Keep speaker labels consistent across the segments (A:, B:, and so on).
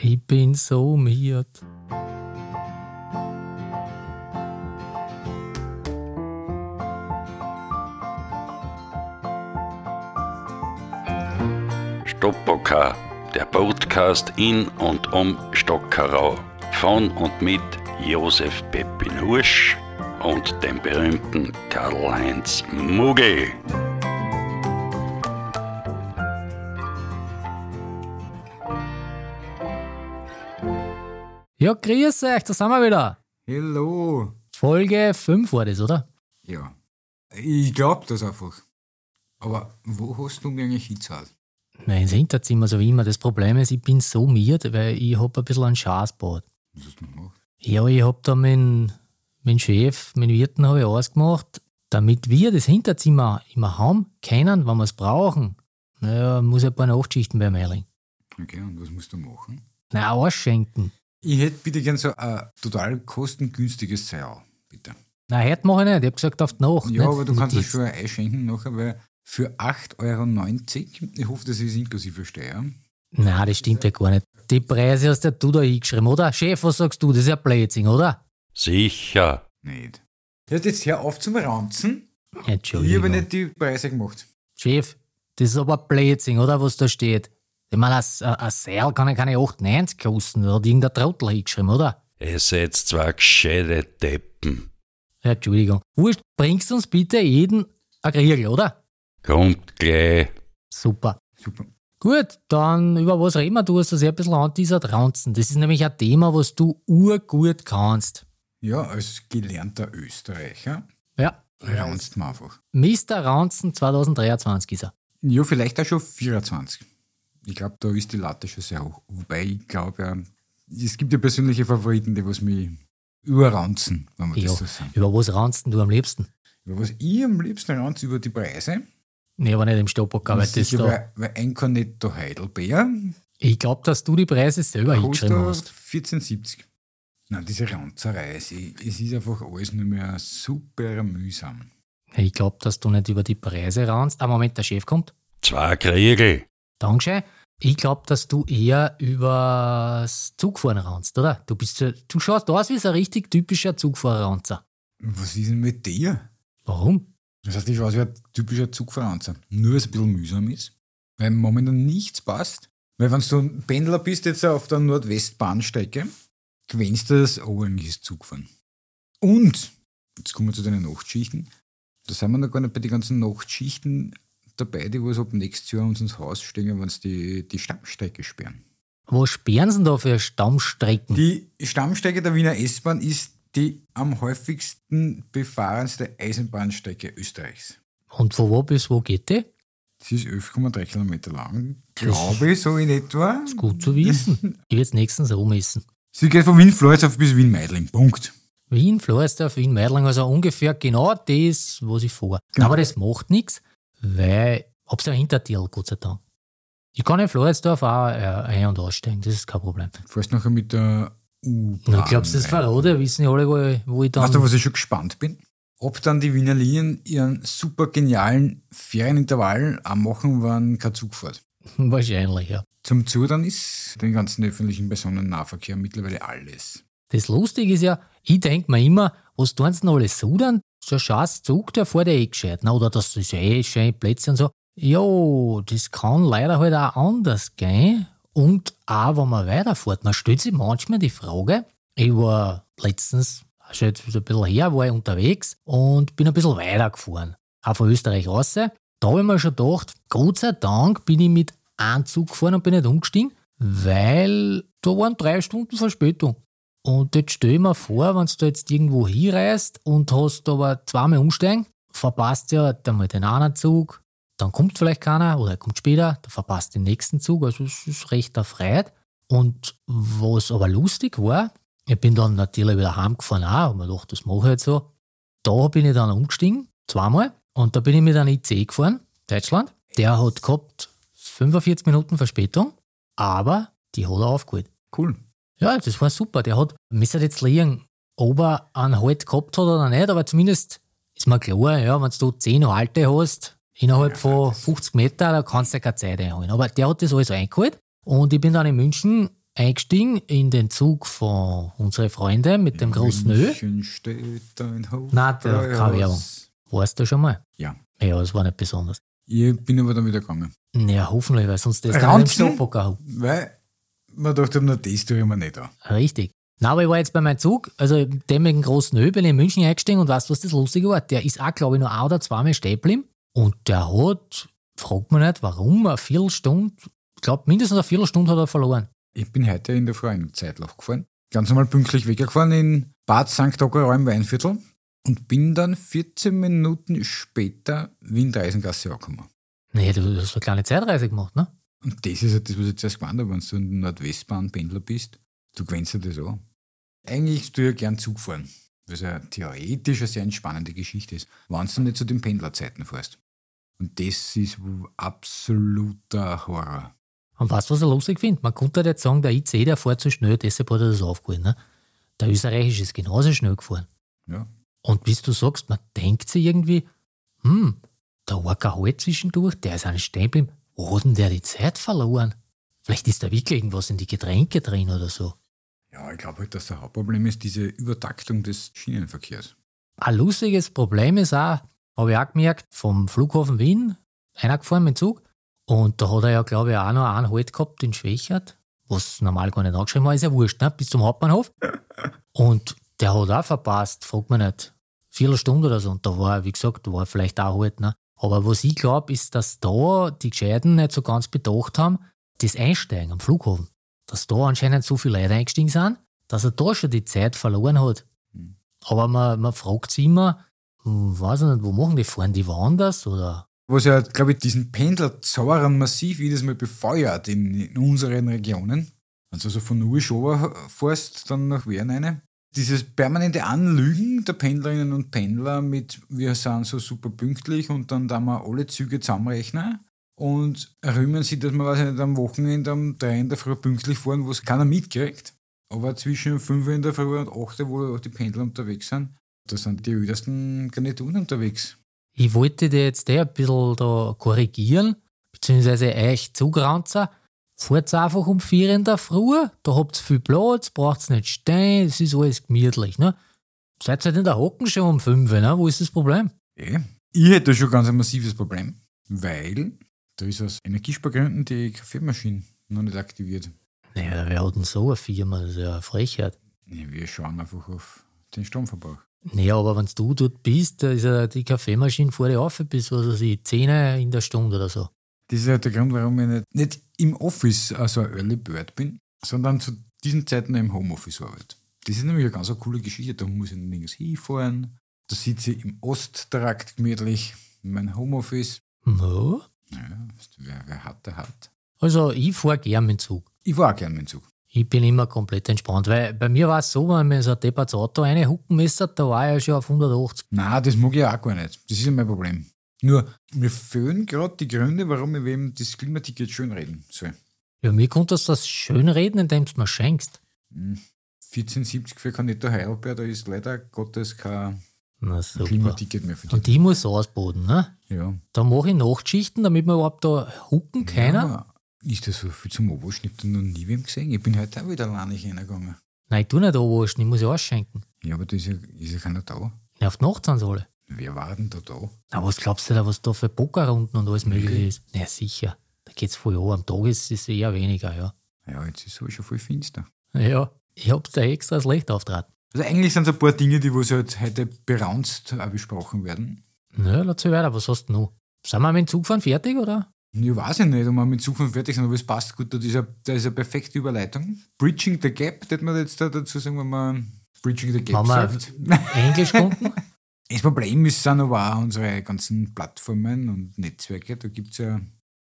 A: Ich bin so miert.
B: Stoppoka, der Podcast in und um Stockerau. Von und mit Josef Peppin Hursch und dem berühmten Karl-Heinz Muggel.
A: Ja, grüß euch, da sind wir wieder.
C: Hello.
A: Folge 5 war das, oder?
C: Ja. Ich glaub das einfach. Aber wo hast du mir eigentlich hinzahlt?
A: Nein, ins Hinterzimmer, so wie immer. Das Problem ist, ich bin so miert, weil ich hab ein bisschen einen Schaßbad.
C: Was hast du gemacht?
A: Ja, ich hab da meinen, meinen Chef, meinen Wirten habe ich ausgemacht, damit wir das Hinterzimmer immer haben können, wenn wir es brauchen. Naja, muss ein paar Nachtschichten beim Meiling.
C: Okay, und was musst du machen?
A: Na, ausschenken.
C: Ich hätte bitte gern so ein total kostengünstiges Seil, bitte.
A: Na, heute mache ich nicht. Ich habe gesagt, auf die Nacht.
C: Ja,
A: nicht?
C: aber du kannst
A: Notiz.
C: es schon einschenken nachher, weil für 8,90 Euro, ich hoffe, das ist inklusive Steuer.
A: Nein, das stimmt ja gar nicht. Die Preise hast ja du da hingeschrieben, oder? Chef, was sagst du? Das ist ja Blödsinn, oder?
B: Sicher.
C: Nicht. Hört jetzt her auf zum Ranzen. Ich
A: Entschuldigung.
C: habe nicht die Preise gemacht.
A: Chef, das ist aber Blödsinn, oder? Was da steht. Ich meine, ein, ein ein Seil kann ja keine 8,90 kosten. Da hat irgendein Trottel hingeschrieben, oder?
B: Es seid zwar gescheite Deppen.
A: Ja, Entschuldigung. Wurscht, bringst uns bitte jeden ein Kriegel, oder?
B: Kommt gleich.
A: Super.
C: Super.
A: Gut, dann über was reden wir? Du hast das ja ein bisschen an dieser Tranzen. Das ist nämlich ein Thema, was du urgut kannst.
C: Ja, als gelernter Österreicher
A: Ja.
C: ranzt man einfach.
A: Mr. Ranzen 2023 ist er.
C: Ja, vielleicht auch schon 24. Ich glaube, da ist die Latte schon sehr hoch. Wobei ich glaube, ja, es gibt ja persönliche Favoriten, die was mich überranzen, wenn man
A: Ja.
C: das so sagt.
A: Über was ranzen du am liebsten?
C: Über was ich am liebsten ranze, über die Preise.
A: Nee, aber nicht im Stoppocker, weil das
C: Sicher,
A: da.
C: weil, weil ein Cornetto Heidelbeer
A: Ich glaube, dass du die Preise selber
C: kostet
A: hingeschrieben hast.
C: 14,70. Nein, diese Ranzerei, es, es ist einfach alles nur mehr super mühsam.
A: Ich glaube, dass du nicht über die Preise ranst. Am Moment, der Chef kommt.
B: Zwei Kriegel.
A: Dankeschön. Ich glaube, dass du eher übers Zugfahren ranst, oder? Du bist so, du schaust aus wie so ein richtig typischer Zugfahrerranzer.
C: Was ist denn mit dir?
A: Warum?
C: Das heißt, ich schaue aus wie ein typischer Zugverranzer. Nur, dass es ein bisschen mühsam ist, weil momentan nichts passt. Weil, wenn du ein Pendler bist, jetzt auf der Nordwestbahnstrecke, gewinnst du das ordentliches Zugfahren. Und, jetzt kommen wir zu den Nachtschichten, da sind wir noch gar nicht bei den ganzen Nachtschichten dabei, die was ab nächstes Jahr uns ins Haus stehen, wenn sie die, die Stammstrecke sperren.
A: Was sperren sie denn da für Stammstrecken?
C: Die Stammstrecke der Wiener S-Bahn ist die am häufigsten befahrenste Eisenbahnstrecke Österreichs.
A: Und von wo bis wo geht die?
C: Sie ist 11,3 Kilometer lang, glaube ich, so in etwa.
A: Ist gut zu wissen. Ich werde nächstens rumessen.
C: Sie geht von Wien Floridsdorf bis Wien Meidling. Punkt.
A: Wien, Floresdorf, Wien, Meidling, also ungefähr genau das, was ich vor.
C: Genau.
A: Aber das macht nichts, weil hab's ja hinter dir, Gott sei Dank. Ich kann in Floresdorf auch äh, ein- und aussteigen, das ist kein Problem.
C: Fährst nachher mit der U-Bahn.
A: Na, glaubst du, das
C: rein.
A: verrate? Wissen ja alle, wo ich, wo ich dann.
C: Weißt du, was ich schon gespannt bin? Ob dann die Wiener Linien ihren super genialen Ferienintervall am machen, wann kein Zug fährt.
A: Wahrscheinlich, ja.
C: Zum Zoo dann ist den ganzen öffentlichen Personennahverkehr mittlerweile alles.
A: Das Lustige ist ja, ich denke mir immer, was tun sie denn alle sudern? So ein scheiß Zug, der fährt ja eh gescheit. Na, oder das ist ja eh schön, Plätze und so. Jo, das kann leider halt auch anders gehen. Und auch, wenn man weiterfährt, man stellt sich manchmal die Frage, ich war letztens, schon jetzt ein bisschen her, war ich unterwegs und bin ein bisschen weiter gefahren. Auch von Österreich raus. Da habe ich mir schon gedacht, Gott sei Dank bin ich mit einem Zug gefahren und bin nicht umgestiegen, weil da waren drei Stunden Verspätung. Und jetzt stell ich mir vor, wenn du jetzt irgendwo hinreist und hast aber zweimal umsteigen, verpasst ja dann mal den einen Zug, dann kommt vielleicht keiner oder er kommt später, dann verpasst den nächsten Zug, also es ist recht erfreut. Und was aber lustig war, ich bin dann natürlich wieder heimgefahren auch, und mir gedacht, das mache ich halt so. Da bin ich dann umgestiegen, zweimal, und da bin ich mit einem IC gefahren, Deutschland. Der hat gehabt 45 Minuten Verspätung, aber die hat er aufgeholt.
C: Cool.
A: Ja, das war super. Der hat, müsste jetzt liegen, ob er einen Halt gehabt hat oder nicht, aber zumindest ist mir klar, ja, wenn du 10 Halte hast, innerhalb von 50 Meter, da kannst du ja keine Zeit einholen. Aber der hat das alles eingeholt und ich bin dann in München eingestiegen in den Zug von unsere Freunde mit dem großen Ö.
C: München steht ein Hof.
A: Nein, der hat keine Werbung. Warst du schon mal?
C: Ja.
A: Ja, es war nicht besonders.
C: Ich bin aber dann wieder gegangen.
A: Naja, hoffentlich, weil sonst ist der
C: Ranzen?
A: Stoppocker.
C: Weil man dachte, na, das tue ich mir nicht an.
A: Richtig. Na, aber ich war jetzt bei meinem Zug, also dem mit dem großen Ö, bin ich in München eingestiegen und weißt du, was das Lustige war? Der ist auch, glaube ich, nur ein oder zweimal stehen geblieben und der hat, fragt man nicht, warum, eine Viertelstunde, ich glaube, mindestens eine Viertelstunde hat er verloren.
C: Ich bin heute in der Früh in ein Zeitloch gefahren. Ganz normal pünktlich weggefahren in Bad St. Ogerau im Weinviertel und bin dann 14 Minuten später Wien-Dreisengasse angekommen.
A: Nee, du hast eine kleine Zeitreise gemacht, ne?
C: Und das ist ja das, was ich zuerst gemeint habe, wenn du ein Nordwestbahn-Pendler bist, du gewöhnst dir das an. Eigentlich tue ich ja gern Zug fahren, weil es ja theoretisch eine sehr entspannende Geschichte ist, wenn du nicht zu den Pendlerzeiten fährst. Und das ist w- absoluter Horror.
A: Und weißt du, was er lustig findet? Man konnte halt jetzt sagen, der IC, der fährt zu schnell, deshalb hat er das aufgeholt, ne? Der österreichische ist genauso schnell gefahren.
C: Ja.
A: Und wie du sagst, man denkt sich irgendwie, hm, da war kein Halt zwischendurch, der ist ein Stempel, wo hat denn der die Zeit verloren? Vielleicht ist da wirklich irgendwas in die Getränke drin oder so.
C: Ja, ich glaube halt, dass das Hauptproblem ist diese Übertaktung des Schienenverkehrs.
A: Ein lustiges Problem ist auch, habe ich auch gemerkt, vom Flughafen Wien, reingefahren mit dem Zug. Und da hat er ja, glaube ich, auch noch einen Halt gehabt in Schwächert, was normal gar nicht angeschrieben war, ist ja wurscht, ne? bis zum Hauptbahnhof. Und der hat auch verpasst, fragt man nicht, Viertelstunde oder so. Und da war, wie gesagt, war vielleicht auch halt. Ne? Aber was ich glaube, ist, dass da die Gescheiten nicht so ganz bedacht haben, das Einsteigen am Flughafen. Dass da anscheinend so viele Leute eingestiegen sind, dass er da schon die Zeit verloren hat.
C: Mhm.
A: Aber man, man fragt sich immer, hm, weiß ich nicht, wo machen die? Fahren die woanders? Oder
C: Was ja, glaube ich, diesen Pendlerzauern massiv jedes Mal befeuert in, in unseren Regionen. Also so von Urschober fährst, dann nach Wien eine. Dieses permanente Anlügen der Pendlerinnen und Pendler mit wir sind so super pünktlich und dann da mal alle Züge zusammenrechnen und rühmen sie, dass man weiß ich nicht, am Wochenende um drei in der Früh pünktlich fahren, wo es keiner mitkriegt. Aber zwischen fünf in der Früh und acht, wo auch die Pendler unterwegs sind, da sind die ödersten Garnituren unterwegs.
A: ich wollte dir jetzt eh ein bisschen da korrigieren, beziehungsweise eh euch zugranzen. Fahrt einfach um 4 in der Früh, da habt ihr viel Platz, braucht nicht stehen, es ist alles gemütlich. Ne? Seid halt in der Hocken schon um 5, ne? wo ist das Problem?
C: Eh. Ich hätte schon ganz ein massives Problem, weil da ist aus Energiespargründen die Kaffeemaschine noch nicht aktiviert.
A: Naja, wer hat denn so eine Firma? Das ist ja eine Frechheit.
C: Nee, wir schauen einfach auf den Stromverbrauch.
A: Naja, aber wenn du dort bist, da ist ja die Kaffeemaschine vor dir auf bis, was weiß ich, 10 in der Stunde oder so.
C: Das ist halt der Grund, warum ich nicht, nicht im Office, also ein Early Bird bin, sondern zu diesen Zeiten im Homeoffice arbeite. Das ist nämlich eine ganz eine coole Geschichte. Da muss ich nirgends hinfahren. Da sitze ich im Osttrakt gemütlich in meinem Homeoffice.
A: Ja.
C: Naja, wer, wer hat, der hat.
A: Also, ich fahre gern mit dem Zug.
C: Ich war auch gern mit dem Zug.
A: Ich bin immer komplett entspannt, weil bei mir war es so, wenn ich mir in so ein deppertes Auto reinhucken müsste, da war ich ja schon auf 180.
C: Na, das mag ich auch gar nicht. Das ist ja mein Problem. Nur, mir fehlen gerade die Gründe, warum ich wem das Klimaticket schönreden soll.
A: Ja, mir konntest du das schön reden, indem du mir schenkst.
C: Hm. 1470 für Kaneta Heidelberg, da ist leider Gottes kein
A: Na super.
C: Klimaticket mehr für die.
A: Und ich muss ausboden, ne?
C: Ja.
A: Da mache ich Nachtschichten, damit man überhaupt da hucken keiner.
C: Ja, ist das so viel zum Oberschnitt Ich hab noch nie wem gesehen? Ich bin heute auch wieder alleine reingegangen.
A: Nein, ich tu nicht anwaschen, ich muss ja ausschenken.
C: Ja, aber da ist ja, ist ja keiner da.
A: Ja, auf die Nacht sind sie alle.
C: Wer war denn da da?
A: Na, was glaubst du da, was da für Pokerrunden und alles möglich ist? Na sicher. Da geht's voll an. Am Tag ist es eher weniger, ja.
C: Ja, jetzt ist es schon voll finster.
A: Ja, ich hab's da extra als Licht auftreten.
C: Also eigentlich sind es ein paar Dinge, die was halt heute beraunzt auch besprochen werden.
A: Na, lass sie weiter, was hast du noch? Sind wir mit dem Zug fahren fertig, oder?
C: Ich weiß ich nicht, ob wir mit Suchen fertig sind, aber es passt gut. Da ist eine, da ist eine perfekte Überleitung. Bridging the Gap, das man jetzt da dazu sagen, wenn man Bridging the Gap
A: Wenn wir-
C: sagt.
A: Englisch konnten.
C: Das Problem ist, sind aber auch unsere ganzen Plattformen und Netzwerke. Da gibt es ja,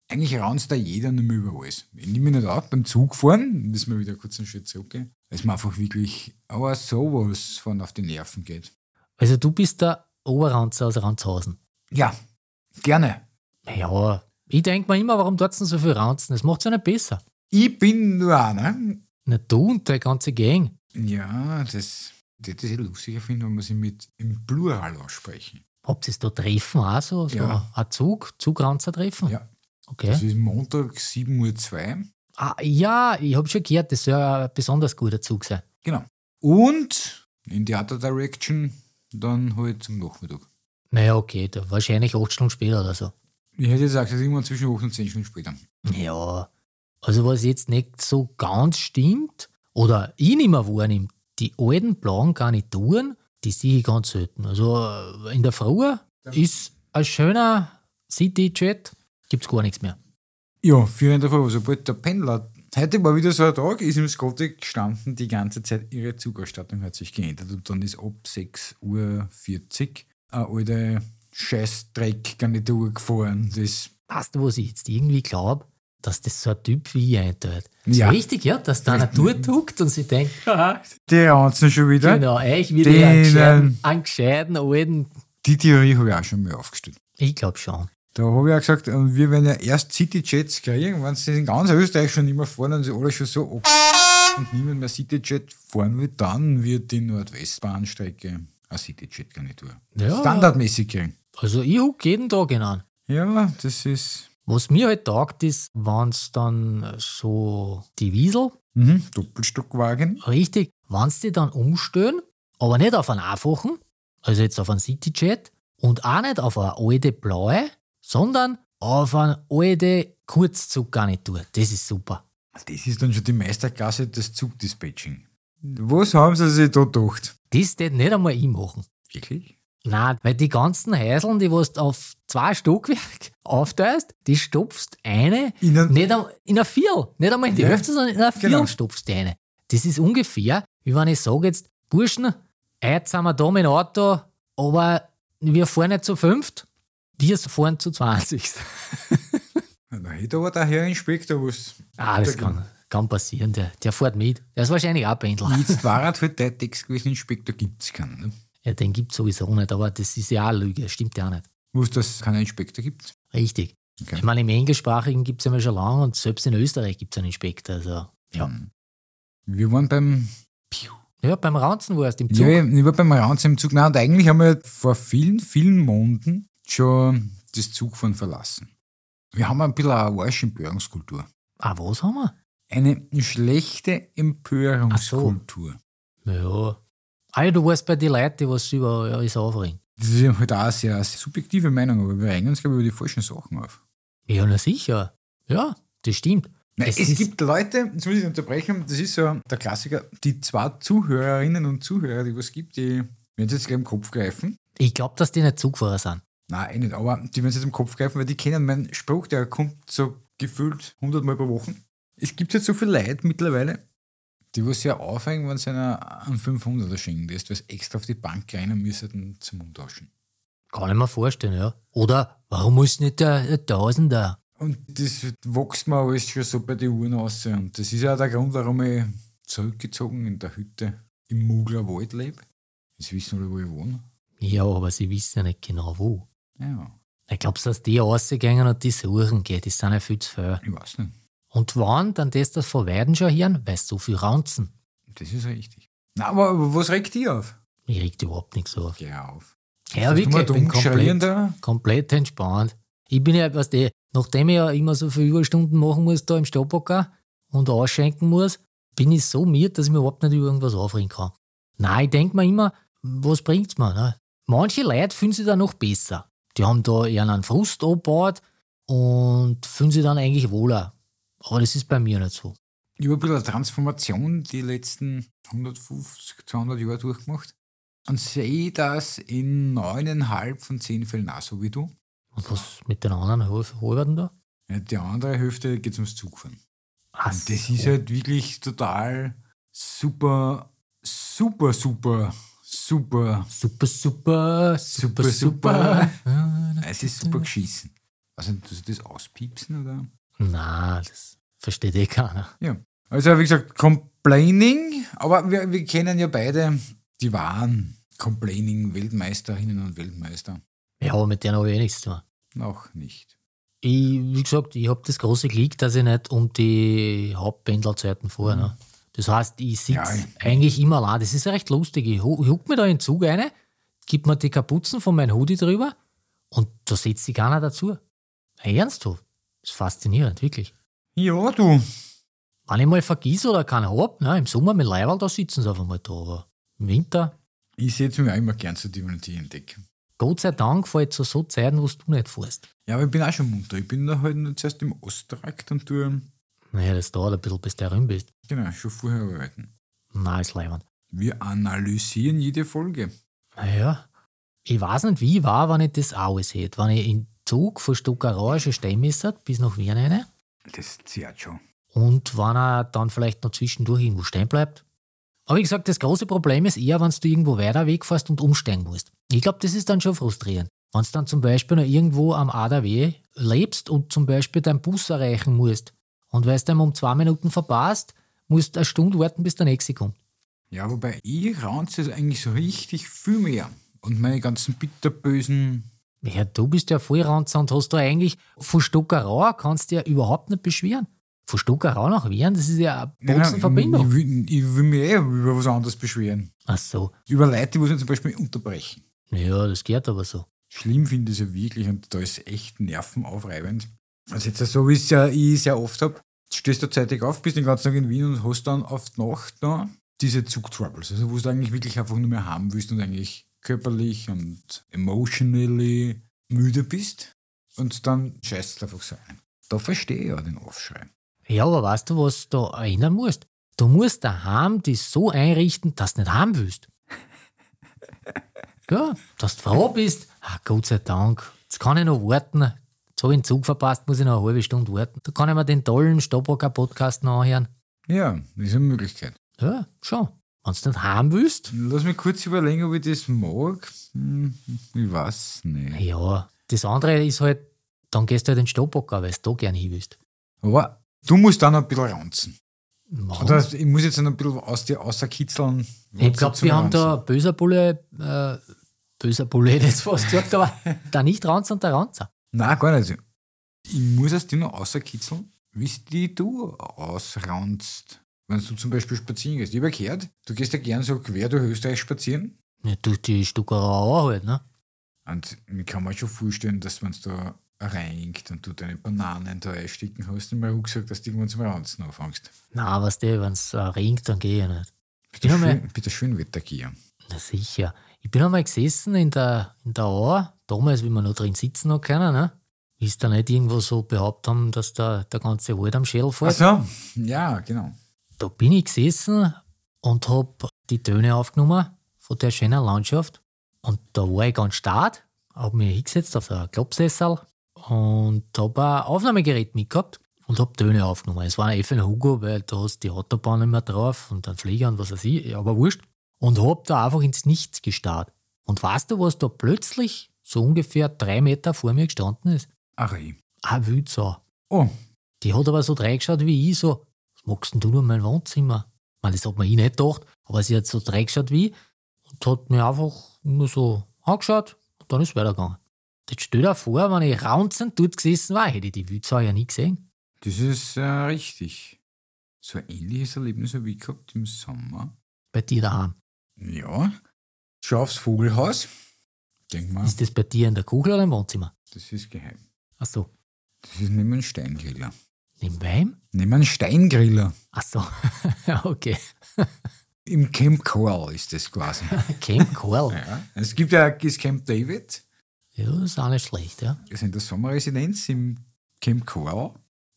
C: eigentlich raunzt da jeder nicht mehr über alles. Ich nehme mich nicht auf, beim Zugfahren, müssen wir wieder kurz einen Schritt zurückgehen, weil es mir einfach wirklich, aber sowas von auf die Nerven geht.
A: Also du bist der Oberranzer aus Ranzhausen.
C: Ja, gerne.
A: Ja, ich denke mir immer, warum dort so viel Ranzen? Das macht's ja nicht besser.
C: Ich bin nur einer.
A: Na du und der ganze Gang.
C: Ja, das, das ist ja lustiger finden, wenn man sie mit im Plural aussprechen.
A: Habt ihr da Treffen auch so? so
C: Ja.
A: Ein Zug, Zugranzer-Treffen?
C: Ja. Das
A: Okay.
C: ist Montag 7.02 Uhr.
A: Ah, ja, ich habe schon gehört, das soll ein besonders guter Zug sein.
C: Genau. Und in die Other Direction dann halt zum Nachmittag.
A: Naja, okay, da wahrscheinlich acht Stunden später oder so.
C: Ich hätte jetzt gesagt, das ist irgendwann zwischen 8 und 10 Stunden später.
A: Ja, also was jetzt nicht so ganz stimmt oder ich nicht mehr wahrnehme, die alten blauen Garnituren, die sehe ich ganz selten. Also äh, in der Früh ist ein schöner City-Chat, gibt es gar nichts mehr.
C: Ja, vier in der Früh, sobald der Pendler. Heute war wieder so ein Tag, ist im Scottick gestanden, die ganze Zeit ihre Zugausstattung hat sich geändert und dann ist ab 6.40 Uhr eine alte Scheißdreck-Garnitur gefahren. Das,
A: Weißt du, was ich jetzt irgendwie glaube? Dass das so ein Typ wie ich einteilt. Ist
C: Ja.
A: richtig, ja? Dass der Natur guckt und sie denkt, haha,
C: die ranzen schon wieder.
A: genau, ich will hier einen
C: Den,
A: gescheiten,
C: ähm,
A: einen gescheiten alten.
C: Die Theorie habe ich auch schon mal aufgestellt.
A: Ich glaube schon.
C: Da habe ich auch gesagt, äh, wir werden ja erst Cityjets kriegen, wenn sie in ganz Österreich schon immer fahren und sie alle schon so ab und niemand mehr Cityjet fahren will, dann wird die Nordwestbahnstrecke eine Cityjet-Garnitur.
A: Ja.
C: Standardmäßig kriegen.
A: Also ich huck jeden Tag hinein.
C: Ja, das ist.
A: Was mir halt taugt, ist, wenn es dann so die Wiesel,
C: Mhm. Doppelstockwagen.
A: richtig, wenn die dann umstellen, aber nicht auf einen einfachen, also jetzt auf einen Cityjet und auch nicht auf eine alte blaue, sondern auf eine alte Kurzzuggarnitur. Das ist super.
C: Das ist dann schon die Meisterklasse des Zugdispatching. Was haben sie sich da gedacht?
A: Das tät nicht einmal ich machen.
C: Wirklich?
A: Nein, weil die ganzen Häuseln, die was du auf zwei Stockwerk aufteilst, die stopfst eine
C: In einem-
A: nicht am, in einer Viertel, nicht einmal in die
C: Ja,
A: Hälfte, sondern in einer Viertel
C: genau.
A: stopfst du eine. Das ist ungefähr, wie wenn ich sage jetzt, Burschen, heute sind wir da mit dem Auto, aber wir fahren nicht zu fünft, wir fahren zu 20.
C: Na, Da hätte aber der Herr Inspektor was.
A: ah, das
C: genau.
A: kann, kann passieren, der, der fährt mit. Der ist wahrscheinlich auch Pendler.
C: Jetzt war halt halt der Text gewesen, Inspektor gibt es keinen. Ne?
A: Ja, den gibt es sowieso nicht, aber das ist ja auch eine Lüge, stimmt ja auch nicht.
C: Wusst du, dass es keinen Inspektor gibt?
A: Richtig.
C: Okay.
A: Ich meine, im Englischsprachigen gibt es ja mal schon lange und selbst in Österreich gibt es einen Inspektor. Also, ja.
C: Wir waren beim
A: ja, beim Ranzen war es im Zug.
C: Ja, ich war beim Ranzen im Zug. Nein, und eigentlich haben wir halt vor vielen, vielen Monaten schon das Zugfahren verlassen. Wir haben ein bisschen eine Arsch Empörungskultur.
A: Ah, was haben wir?
C: Eine schlechte Empörungskultur.
A: Ja. Ah, ja, du warst bei den Leuten, die was über alles aufregen.
C: Das ist halt auch eine sehr subjektive Meinung, aber wir regen uns, glaube ich, über die falschen Sachen auf.
A: Ja, na sicher. Ja, das stimmt.
C: Nein,
A: Es
C: es
A: ist-
C: gibt Leute, jetzt muss ich unterbrechen, das ist so der Klassiker, die zwei Zuhörerinnen und Zuhörer, die was gibt, die werden jetzt gleich im Kopf greifen.
A: Ich glaube, dass die nicht Zugfahrer sind.
C: Nein, eh nicht, aber die werden jetzt im Kopf greifen, weil die kennen meinen Spruch, der kommt so gefühlt 100 Mal pro Woche. Es gibt jetzt so viel Leid mittlerweile, die was ja aufhängen, wenn sie einer an 500er schenken lässt, weil sie extra auf die Bank rein müssen zum Umtauschen.
A: Kann ich mir vorstellen, ja. oder warum muss nicht der, der Tausender?
C: Und das wächst mir alles schon so bei den Uhren aus. Und das ist ja der Grund, warum ich zurückgezogen in der Hütte im Muglerwald lebe. Das wissen alle, wo ich wohne.
A: Ja, aber sie wissen ja nicht genau wo.
C: Ja,
A: Ich glaube, dass die rausgehen und die suchen gehen. Die sind ja viel zu viel.
C: ich weiß nicht.
A: Und wann dann das, das von Weiden schon hören, weil so viel ranzen.
C: Das ist richtig. Na, aber, aber was regt die auf?
A: Mir regt überhaupt nichts auf.
C: Geh auf.
A: Ja, wirklich, ich bin komplett,
C: da.
A: komplett entspannt. Ich bin ja, weißt du, nachdem ich ja immer so viele Überstunden machen muss da im Stadtbacker und ausschenken muss, bin ich so miert, dass ich mir überhaupt nicht über irgendwas aufregen kann. Nein, ich denke mir immer, was bringt's mir? Ne? Manche Leute fühlen sich dann noch besser. Die haben da eher einen Frust abgebaut und fühlen sich dann eigentlich wohler. Aber das ist bei mir nicht so.
C: Ich habe ein bisschen eine Transformation die letzten 150, 200 Jahre durchgemacht und sehe das in neuneinhalb von zehn Fällen auch so wie du.
A: Und was mit den anderen Hol- Halberten da?
C: Ja, Die andere Hälfte geht ums Zugfahren.
A: Ach
C: Und das
A: so.
C: ist halt wirklich total super, super, super, super.
A: Super, super, super,
C: Super,
A: super.
C: super. Es ist super geschissen. Also, dass das auspiepsen oder?
A: Na, das versteht eh keiner.
C: Also, wie gesagt, Complaining, aber wir, wir kennen ja beide die wahren Complaining-Weltmeisterinnen und Weltmeister.
A: Ja, aber mit denen habe ich eh nichts zu tun.
C: Noch nicht.
A: Ich, wie gesagt, ich habe das große Glück, dass ich nicht um die Hauptpendlerzeiten fahre. Ne? Das heißt, ich sitze
C: Ja, ich-
A: eigentlich immer allein. Das ist ja recht lustig. Ich hu- ich huck mir da in den Zug rein, gib mir die Kapuzen von meinem Hoodie drüber und da setzt sich keiner dazu. Ernsthaft. Das ist faszinierend, wirklich.
C: Ja, du.
A: Wenn ich mal vergiss oder keinen hab, ne, im Sommer mit Leiberl, da sitzen sie auf einmal da. Aber im Winter,
C: Ich setze mich auch immer gern zur Divinity entdeck.
A: Gott sei Dank, fällt zu so Zeiten, wo du nicht fährst.
C: Ja, aber ich bin auch schon munter. Ich bin da halt nur zuerst im Osttrakt und tue,
A: Naja, das dauert ein bisschen, bis du herum bist.
C: genau, schon vorher arbeiten.
A: Nein, ist leibend.
C: Wir analysieren jede Folge.
A: Naja, ich weiß nicht, wie ich war, wenn ich das auch alles hätte. Wenn ich im Zug von Stuckerauer schon stehen müsste, bis nach Wien rein,
C: Das zehrt schon.
A: und wenn er dann vielleicht noch zwischendurch irgendwo stehen bleibt. Aber wie gesagt, das große Problem ist eher, wenn du irgendwo weiter wegfährst und umsteigen musst. Ich glaube, das ist dann schon frustrierend. Wenn du dann zum Beispiel noch irgendwo am ADW lebst und zum Beispiel deinen Bus erreichen musst und weil es dann um zwei Minuten verpasst, musst du eine Stunde warten, bis der nächste kommt.
C: Ja, wobei ich raunze es eigentlich so richtig viel mehr. Und meine ganzen bitterbösen.
A: Ja, du bist ja Vollranzer und hast da eigentlich von Stuckerau kannst du ja überhaupt nicht beschweren. Von Stuckerau nach Wien, das ist ja eine Boxenverbindung.
C: Ich will, ich will mich eh über was anderes beschweren.
A: Ach so.
C: Über Leute, die uns zum Beispiel unterbrechen.
A: Ja, das geht aber so.
C: Schlimm finde ich es ja wirklich und da ist es echt nervenaufreibend. Also jetzt so, wie es ja ich sehr oft habe, stehst du zeitig auf, bist den ganzen Tag in Wien und hast dann auf die Nacht noch diese Zugtroubles. Also wo du eigentlich wirklich einfach nur mehr haben willst und eigentlich körperlich und emotionally müde bist und dann scheißt es einfach so ein. Da verstehe ich ja den Aufschrei.
A: Ja, aber weißt du, was du da erinnern musst? Du musst daheim die so einrichten, dass du nicht haben willst. Ja, dass du froh bist. Ach, Gott sei Dank. Jetzt kann ich noch warten. Jetzt habe ich den Zug verpasst, muss ich noch eine halbe Stunde warten. Da kann ich mir den tollen Stoppocker Podcast noch anhören.
C: Ja, das ist eine Möglichkeit.
A: Ja, schon. Wenn du nicht haben willst,
C: Lass mich kurz überlegen, ob ich das mag. Hm, Ich weiß nicht.
A: Ja, das andere ist halt, dann gehst du halt in den Stoppocker, weil du da gerne hin willst.
C: Aber du musst dann ein bisschen ranzen.
A: Warum?
C: Oder ich muss jetzt noch ein bisschen aus dir außerkitzeln.
A: ich glaube, wir haben da böser Bulle, äh, böser Bulle hätte ich jetzt fast gesagt, aber der Nicht-Ranzer und der Ranzer.
C: Nein, gar nicht. Ich muss aus dir noch außerkitzeln, wie die du ausraunst. Wenn du zum Beispiel spazieren gehst. Ich habe ja gehört, du gehst ja gern so quer durch Österreich spazieren.
A: Ja, durch die Stuckerauer halt, ne?
C: Und mir kann man schon vorstellen, dass wenn du da reinkt und du deine Bananen da einstecken hast in meinen Rucksack, dass du irgendwann zum Raunzen anfängst.
A: Nein, weißt du, wenn es äh, regnet, dann gehe ich nicht.
C: Bitte,
A: Ja,
C: schön, bitte schön Wettergier.
A: Na sicher. Ich bin einmal gesessen in der, in der Auer, damals, wie wir noch drin sitzen noch können, ne? Ist da nicht irgendwo so behauptet haben, dass der, der ganze Wald am Schädel fällt?
C: Achso, ja, genau.
A: da bin ich gesessen und hab die Töne aufgenommen von der schönen Landschaft. Und da war ich ganz stark, hab mich hingesetzt auf der Klopsessel und hab ein Aufnahmegerät mitgehabt und hab Töne aufgenommen. Es war ein FN Hugo, weil da hast du die Autobahn immer drauf und dann Flieger und was weiß ich, aber wurscht. Und hab da einfach ins Nichts gestarrt. Und weißt du, was da plötzlich so ungefähr drei Meter vor mir gestanden ist?
C: Ach, ich.
A: Eine Wildsau.
C: Oh,
A: Die hat aber so reingeschaut wie ich, so, was magst denn du nur in mein Wohnzimmer? Ich meine, das hat mir ich nicht gedacht, aber sie hat so reingeschaut wie ich und hat mir einfach nur so angeschaut und dann ist es weitergegangen. Jetzt stell dir vor, wenn ich raunzend dort gesessen war, hätte ich die Wildsau ja nie gesehen.
C: Das ist äh, richtig. So ein ähnliches Erlebnis habe ich gehabt im Sommer.
A: Bei dir daheim.
C: Ja. Schau aufs Vogelhaus. Denk mal,
A: Ist das bei dir in der Kugel oder im Wohnzimmer?
C: das ist geheim.
A: Ach so,
C: Das ist neben einem Steingriller.
A: neben Weim?
C: Neben einem Steingriller.
A: Ach so, okay.
C: Im Camp Coral ist das quasi.
A: Camp Coral.
C: ja. Es gibt ja das Camp David.
A: Ja, ist auch nicht schlecht, ja.
C: Das ist in der Sommerresidenz im Camp Coral.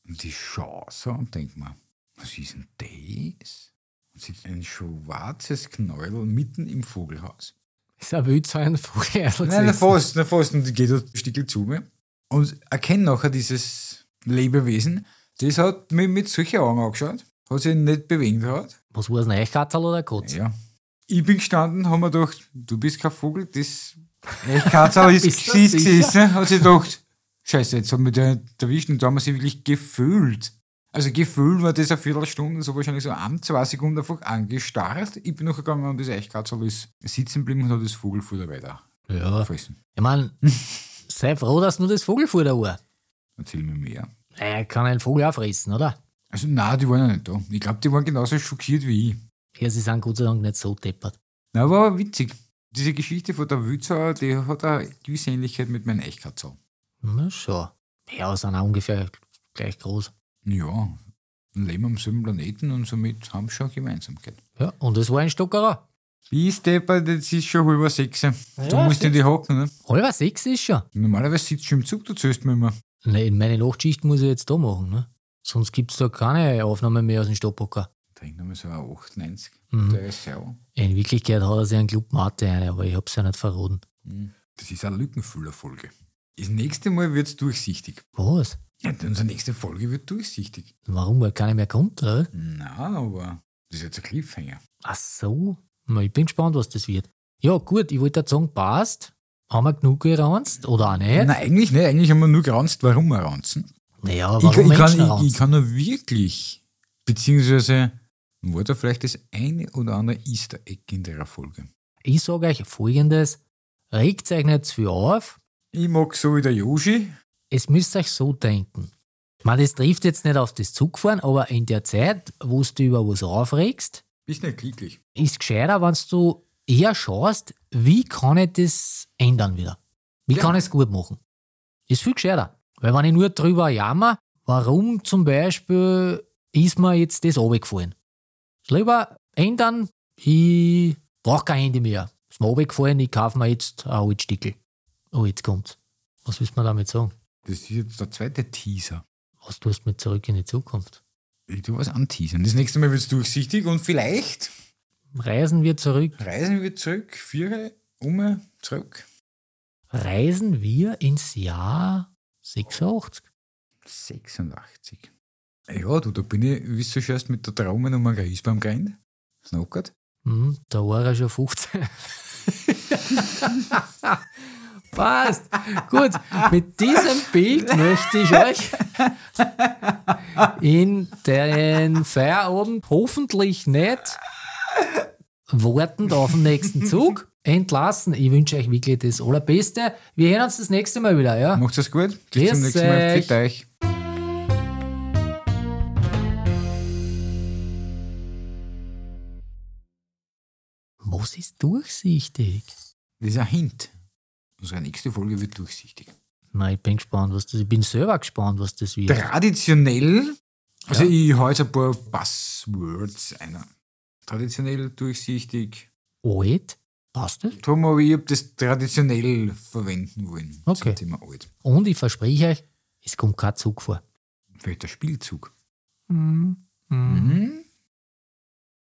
C: Und ich schaue so und denk mir, was ist denn das? Und sieht ein schwarzes Knäuel mitten im Vogelhaus.
A: Ist ein Wildsau in der Vogel.
C: Nein, na fast, na fast. Und die geht ein Stückchen zu mir. Und erkenne nachher dieses Lebewesen, das hat mich mit solchen Augen angeschaut, hat sich nicht bewegt hat.
A: Was war es, ein Eichkatzel oder ein Kotz?
C: Ja. Ich bin gestanden, haben mir gedacht, du bist kein Vogel, das Eichkatzerl ist
A: Bist du
C: Gesicht
A: sicher?
C: gesessen, hat sich gedacht, scheiße, jetzt haben wir den erwischt und da haben wir sie wirklich gefühlt. Also gefühlt war das eine Viertelstunde, so wahrscheinlich so an, zwei Sekunden einfach angestarrt. Ich bin nachgegangen und das Eichkatzerl ist sitzen geblieben und hat das Vogelfutter weiter
A: ja.
C: gefressen.
A: Ich meine, sei froh, dass nur das Vogelfutter war.
C: Erzähl mir mehr.
A: Naja, kann ein Vogel auch fressen, oder?
C: Also nein, die waren ja nicht da. Ich glaube, die waren genauso schockiert wie ich.
A: Ja, sie sind Gott sei Dank nicht so deppert.
C: Na, war aber witzig. Diese Geschichte von der Wützauer, die hat eine gewisse Ähnlichkeit mit meinem Eichkatzau.
A: Na schon. Ja, sind auch ungefähr gleich groß.
C: Ja, Dann leben wir am selben Planeten und somit haben wir schon Gemeinsamkeit.
A: Ja, und es war ein Stockerer.
C: Bis Depper, das ist schon halber sechs. du
A: Ja,
C: musst in die Hocken, ne?
A: Halber sechs ist schon.
C: Normalerweise sitzt du im Zug, du zählst mir immer.
A: Nein, meine Nachtschicht muss ich jetzt da machen, ne? Sonst gibt's da keine Aufnahme mehr aus dem Stadtpoker.
C: Da hängt nochmal so ein 98.
A: Mhm.
C: Der ist sauer.
A: In Wirklichkeit hat er sich einen Club Mate ein, aber ich hab's ja nicht verraten.
C: hm, Das ist eine Lückenfüllerfolge. Das nächste Mal wird es durchsichtig.
A: Was?
C: Ja, unsere nächste Folge wird durchsichtig.
A: Warum? Weil keiner mehr kommt, oder?
C: Na, aber das ist jetzt ein Cliffhanger.
A: Ach so. Na, Ich bin gespannt, was das wird. Ja, gut, ich wollte gerade sagen, passt. Haben wir genug geranzt oder auch nicht?
C: Nein, eigentlich nicht. Eigentlich haben wir nur geranzt, warum wir ranzen.
A: Naja, warum
C: Ich, kann- ich,
A: Menschen
C: kann, ich, ich
A: ranzen?
C: kann nur wirklich, beziehungsweise war da vielleicht das eine oder andere Easter Egg in der Folge.
A: Ich, sage euch folgendes. Regt euch nicht zu viel auf.
C: Ich mag so wie der Yoshi.
A: Es müsst euch so denken. Man, das trifft jetzt nicht auf das Zugfahren, aber in der Zeit, wo du dich über was aufregst,
C: Bist nicht glücklich.
A: ist gescheiter, wenn du eher schaust, wie kann ich das ändern wieder? Wie
C: Ja.
A: kann ich es gut machen? Ist viel gescheiter. Weil wenn ich nur drüber jammer, warum zum Beispiel ist mir jetzt das runtergefallen? Lieber ändern, ich brauche kein Handy mehr. Ist mir runtergefallen, ich kaufe mir jetzt ein altes Stickel. Oh, jetzt kommt's. Was willst du mir damit sagen?
C: Das ist jetzt der zweite Teaser.
A: Was tust du mit zurück in die Zukunft?
C: Ich tu was anteasern. Das nächste Mal wird es durchsichtig und vielleicht
A: Reisen wir zurück.
C: reisen wir zurück, vier um, zurück.
A: Reisen wir ins Jahr 86.
C: 86. Ja, du, da bin ich, wie du schaust, mit der Traumennummer Reis beim Grind. Snackert.
A: Hm, da war er schon 15. Passt. Gut, mit diesem Bild möchte ich euch in den Feierabend hoffentlich nicht wartend auf den nächsten Zug entlassen. Ich wünsche euch wirklich das Allerbeste. Wir hören uns das nächste Mal wieder, ja?
C: Macht's das gut.
A: Grüß
C: Bis zum nächsten Mal.
A: euch.
C: Für euch.
A: Was ist durchsichtig?
C: Das ist ein Hint. Unsere nächste Folge wird durchsichtig.
A: Nein, ich bin gespannt, was das Ich bin selber gespannt, was das wird.
C: Traditionell, also ich hau jetzt ein paar Buzzwords ein. Traditionell, durchsichtig.
A: Alt? Passt das?
C: Tom, aber ich hab das traditionell verwenden wollen.
A: Okay.
C: Zum Thema alt.
A: Und ich verspreche euch, es kommt kein Zug vor.
C: Vielleicht der Spielzug.
A: Mhm.
C: Mhm.